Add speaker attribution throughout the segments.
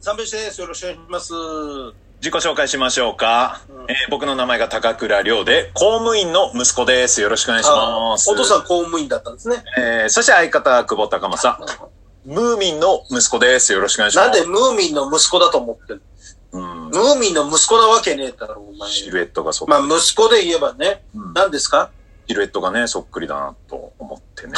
Speaker 1: 三拍子です。よろしくお願いします。
Speaker 2: 自己紹介しましょうか、
Speaker 1: うん
Speaker 2: えー僕の名前が高倉涼で公務員の息子ですよろしくお願いし
Speaker 1: あ
Speaker 2: ます
Speaker 1: お父さん公務員だったんですね。
Speaker 2: えーそして相方久保高政ムーミンの息子ですよろしくお願いしま
Speaker 1: な
Speaker 2: す
Speaker 1: んでムーミンの息子だと思ってる
Speaker 2: うん
Speaker 1: ムーミンの息子なわけねえだろ、お前。
Speaker 2: シルエットがそっ、
Speaker 1: まあ、息子で言えばね、
Speaker 2: うん
Speaker 1: 何ですか
Speaker 2: シルエットがねそっくりだなと思ってね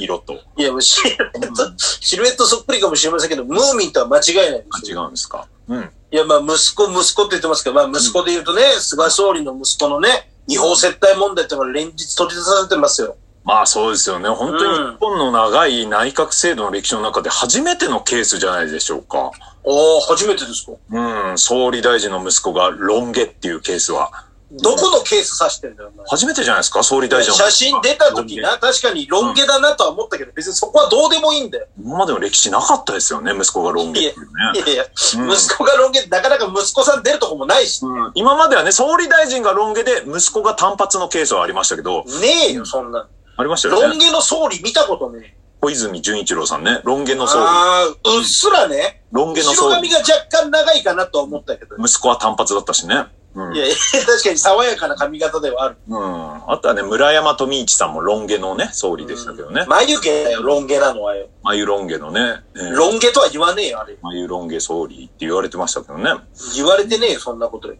Speaker 2: 色と
Speaker 1: いや、シルエット、シルエットそっくりかもしれませんけど、ムーミンとは間違いないで
Speaker 2: あ
Speaker 1: す
Speaker 2: 違
Speaker 1: よ。
Speaker 2: うんですかうん
Speaker 1: いや、まあ、息子、息子って言ってますけど、まあ、息子で言うとね、菅総理の息子のね、違法接待問題ってのが連日取り出されてますよ。
Speaker 2: まあそうですよね
Speaker 1: う
Speaker 2: 本当
Speaker 1: ん
Speaker 2: に日本の長い内閣制度の歴史の中で初めてのケースじゃないでしょうか
Speaker 1: おー、初めてですか
Speaker 2: うん総理大臣の息子がロン毛っていうケースは
Speaker 1: どこのケース指してんだよ、お前。
Speaker 2: 初めてじゃないですか総理大臣の
Speaker 1: 写真出た時な、確かにロン毛だなとは思ったけど、別にそこはどうでもいいんだよ。
Speaker 2: 今までの歴史なかったですよね、息子がロン毛っていう
Speaker 1: い
Speaker 2: ね。
Speaker 1: やいや、
Speaker 2: うん
Speaker 1: 息子がロン毛ってなかなか息子さん出るとこもないし。ね
Speaker 2: うん今まではね、総理大臣がロン毛で、息子が単発のケースはありましたけど、
Speaker 1: えよ、そんな
Speaker 2: ありました
Speaker 1: の。
Speaker 2: よ
Speaker 1: ロ
Speaker 2: ね
Speaker 1: ン。毛の総理見たことねえ。
Speaker 2: 小泉純一郎さんね、ロン毛の総理、
Speaker 1: ああー、うっすらね、
Speaker 2: ロン毛の
Speaker 1: 白
Speaker 2: 総
Speaker 1: 髪
Speaker 2: 理、
Speaker 1: が若干長いかなとは思ったけど。
Speaker 2: 息子は単発だったしね。うん。
Speaker 1: いやいや、確かに爽やかな髪型ではある。
Speaker 2: うんあとはね、村山富一さんもロン毛のね、総理でしたけどね。
Speaker 1: 眉毛だよ、ロン毛なのはよ。
Speaker 2: 眉ロン毛のね、えー
Speaker 1: ロン毛とは言わねえよ、あれ。
Speaker 2: 眉ロン毛総理って言われてましたけどね。ね
Speaker 1: 言われてねえよ、そんなことで。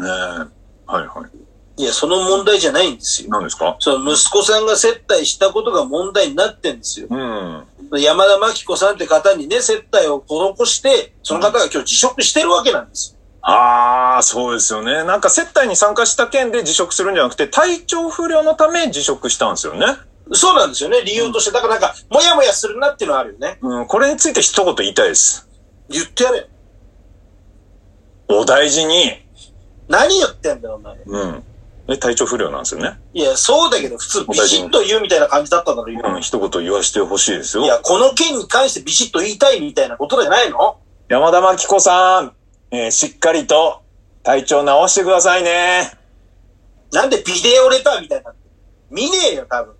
Speaker 2: えはいはい。
Speaker 1: いや、その問題じゃないんですよ。
Speaker 2: 何ですか
Speaker 1: その息子さんが接待したことが問題になってんですよ。
Speaker 2: うん。
Speaker 1: 山田真紀子さんって方にね、接待を施して、その方が今日辞職してるわけなんですよ。
Speaker 2: ああ、そうですよね。なんか接待に参加した件で辞職するんじゃなくて、体調不良のため辞職したんですよね。
Speaker 1: そうなんですよね、理由として。だからなんか、もやもやするなっていうのはあるよね。
Speaker 2: うん、これについて一言言いたいです。
Speaker 1: 言ってやれよ。
Speaker 2: お大事に。
Speaker 1: 何言ってんだよ、お前。
Speaker 2: うん。え、体調不良なんですよね。
Speaker 1: いや、そうだけど、普通、ビシッと言うみたいな感じだったんだろ、今。
Speaker 2: うん、一言言わしてほしいです
Speaker 1: いや、
Speaker 2: よ。
Speaker 1: この件に関してビシッと言いたいみたいなことじゃないの
Speaker 2: 山田真紀子さん、えーしっかりと体調直してくださいね。
Speaker 1: なんでビデオレターみたいなの見ねえよ、多分。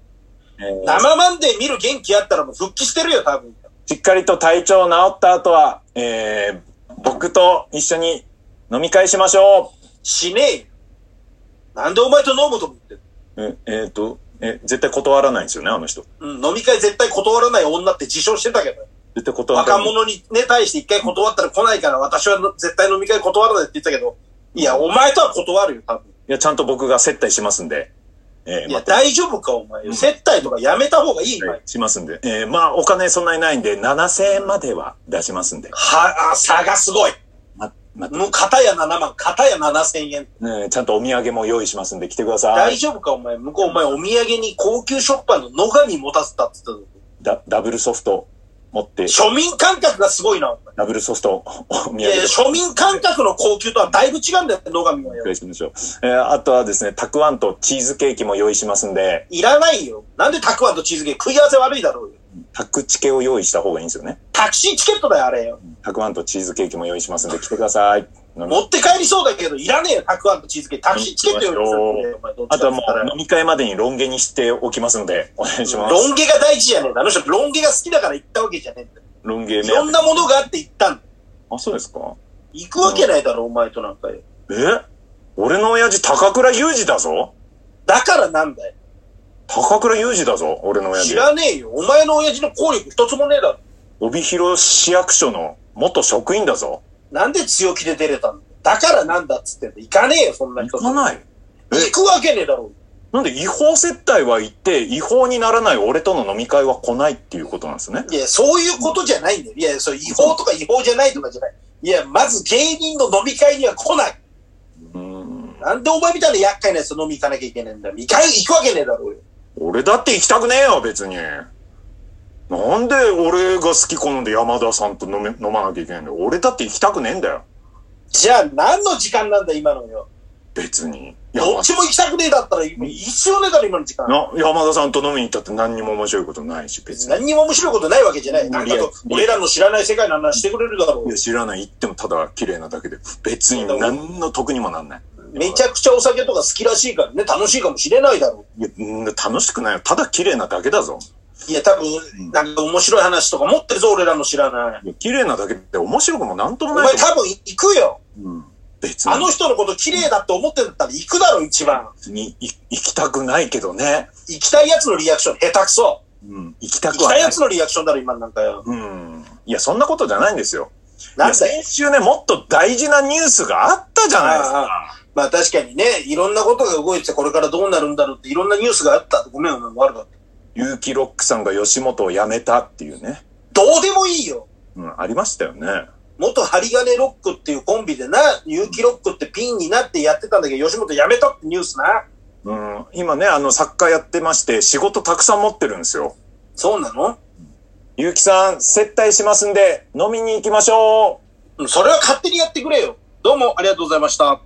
Speaker 2: えー
Speaker 1: 生マンデー見る元気あったらもう復帰してるよ、多分。
Speaker 2: しっかりと体調治った後は、えー僕と一緒に飲み会しましょ
Speaker 1: しねえよ。なんでお前と飲むと思ってんの
Speaker 2: う。え、えーと、え、絶対断らないんですよね、あの人。
Speaker 1: うん、飲み会絶対断らない女って自称してたけど。
Speaker 2: 絶 対断ら
Speaker 1: 若
Speaker 2: ない。
Speaker 1: 者にね、対して一回断ったら来ないから私は絶対飲み会断らないって言ったけど、いや、お前とは断るよ、多分。
Speaker 2: いや、ちゃんと僕が接待しますんで。えー
Speaker 1: いや、
Speaker 2: また
Speaker 1: 大丈夫か、お前。接待とかやめた方がいいよ。お前
Speaker 2: しますんで。えーまあ、お金そんなにないんで、7000円までは出しますんで。
Speaker 1: は、あ、差がすごい。
Speaker 2: ま、また、
Speaker 1: もう、片や7万、片や7000円。
Speaker 2: ねちゃんとお土産も用意しますんで来てくださ
Speaker 1: 大
Speaker 2: い。
Speaker 1: 丈夫か、お前。向こう、お前、お土産に高級食パンの野上持たせたって言って
Speaker 2: ダダブルソフト持って、
Speaker 1: たの。庶民感覚がすごいな、お前。
Speaker 2: ダブルソフトお土産
Speaker 1: いやいや、
Speaker 2: で
Speaker 1: 庶民感覚の高級とはだいぶ違うんだよ、野上は
Speaker 2: お
Speaker 1: よ
Speaker 2: 願。いしましょう。えーあとはですね、たくあんとチーズケーキも用意しますんで、
Speaker 1: いらないよ。なんでたくあんとチーズケーキ食い合わせ悪いだろうよ。
Speaker 2: タクチケを用意した方がいいんですよね。
Speaker 1: タクシーチケットだよ、あれよ。
Speaker 2: たくあんとチーズケーキも用意しますんで来てください。飲み
Speaker 1: 持って帰りそうだけど、いらねえよ、たくあんとチーズケーキ。タクシーチケットよりもさ、
Speaker 2: あとはもう
Speaker 1: う、
Speaker 2: 飲み会までにロン毛にしておきますので、お願いします。
Speaker 1: ロン毛が大事じゃねえんだ。あの人、ロン毛が好きだから行ったわけじゃねえんだよ。
Speaker 2: ロン毛目
Speaker 1: い
Speaker 2: 当て
Speaker 1: ろんなものがあって行ったんだよ。
Speaker 2: あ、そうですか
Speaker 1: 行くわけないだろ、お前となんかよ。
Speaker 2: え俺の親父高倉裕二だぞ
Speaker 1: だからなんだよ。
Speaker 2: 高倉裕二だぞ俺の親
Speaker 1: 知
Speaker 2: 父。
Speaker 1: らねえよ。お前の親父の効力一つもねえだろ。
Speaker 2: 帯広市役所の元職員だぞ。
Speaker 1: なんで強気で出れたんだよだからなんだっつってんだよ。行かねえよ、そんな人
Speaker 2: 行
Speaker 1: と。
Speaker 2: かない。
Speaker 1: 行くわけねえだろ。
Speaker 2: なんで違法接待は行って、違法にならない俺との飲み会は来ないっていうことなんですね。
Speaker 1: いや、そういうことじゃないんだよ。いや、そう、違法とか違法じゃないとかじゃない。いや、まず芸人の飲み会には来ない。
Speaker 2: うーん。
Speaker 1: なんでお前みたいな厄介なやつと飲み行かなきゃいけないんだよ。行か行くわけねえだろうよ。
Speaker 2: 俺だって行きたくねえよ、別に。なんで俺が好き好んで山田さんと飲め飲まなきゃいけないんだよ。俺だって行きたくねえんだよ。
Speaker 1: じゃあ何の時間なんだ、今のよ。
Speaker 2: 別に。
Speaker 1: ど
Speaker 2: 山
Speaker 1: っちも行きたくねえだったら、一応ねえだろ、今の時間。
Speaker 2: な山田さんと飲みに行ったって何にも面白いことないし、別に。
Speaker 1: 何にも面白いことないわけじゃない。なんかと、俺らの知らない世界の話してくれるだろ
Speaker 2: いうや、。知らない。行ってもただ綺麗なだけで、別に何の得にもなんない。
Speaker 1: めちゃくちゃお酒とか好きらしいからね、楽しいかもしれないだろ
Speaker 2: いや、うん楽しくないよ。ただ綺麗なだけだぞ。
Speaker 1: う。いや、多分、なんか面白い話とか持ってるぞ、俺らの知らない。
Speaker 2: いや綺麗なだけで面白くもなんと
Speaker 1: お
Speaker 2: もな
Speaker 1: 前
Speaker 2: いと
Speaker 1: 多分行くよ。
Speaker 2: 思う。うん別
Speaker 1: あの
Speaker 2: に
Speaker 1: 人のこと綺麗だって思ってんだったら行くだろ、一番。
Speaker 2: にい行きたくないけどね。
Speaker 1: 行きたいやつのリアクション、下手くそ。
Speaker 2: うん、行きた
Speaker 1: 行
Speaker 2: く
Speaker 1: き
Speaker 2: は
Speaker 1: た
Speaker 2: ないい。
Speaker 1: やつのリアクションだろ、今なんかよ。
Speaker 2: うん。いや、そんなことじゃないんですよ。い
Speaker 1: なん
Speaker 2: や、
Speaker 1: だよ。
Speaker 2: 先週ね、もっと大事なニュースがあったじゃないです
Speaker 1: あ
Speaker 2: か。
Speaker 1: まあ確かにね、いろんなことが動いてて、これからどうなるんだろうって、いろんなニュースがあった。ごめん、お前悪かった。
Speaker 2: 結城ロックさんが吉本を辞めたっていうね。
Speaker 1: どうでもいいよ。
Speaker 2: うん、ありましたよね。
Speaker 1: 元針金ロックっていうコンビでな、結城ロックってピンになってやってたんだけど、吉本辞めたってニュースな。
Speaker 2: うん、今ね、あの、作家やってまして、仕事たくさん持ってるんですよ。
Speaker 1: そうなの
Speaker 2: 結城さん、接待しますんで、飲みに行きましょう
Speaker 1: うんそれは勝手にやってくれよ。どうもありがとうございました。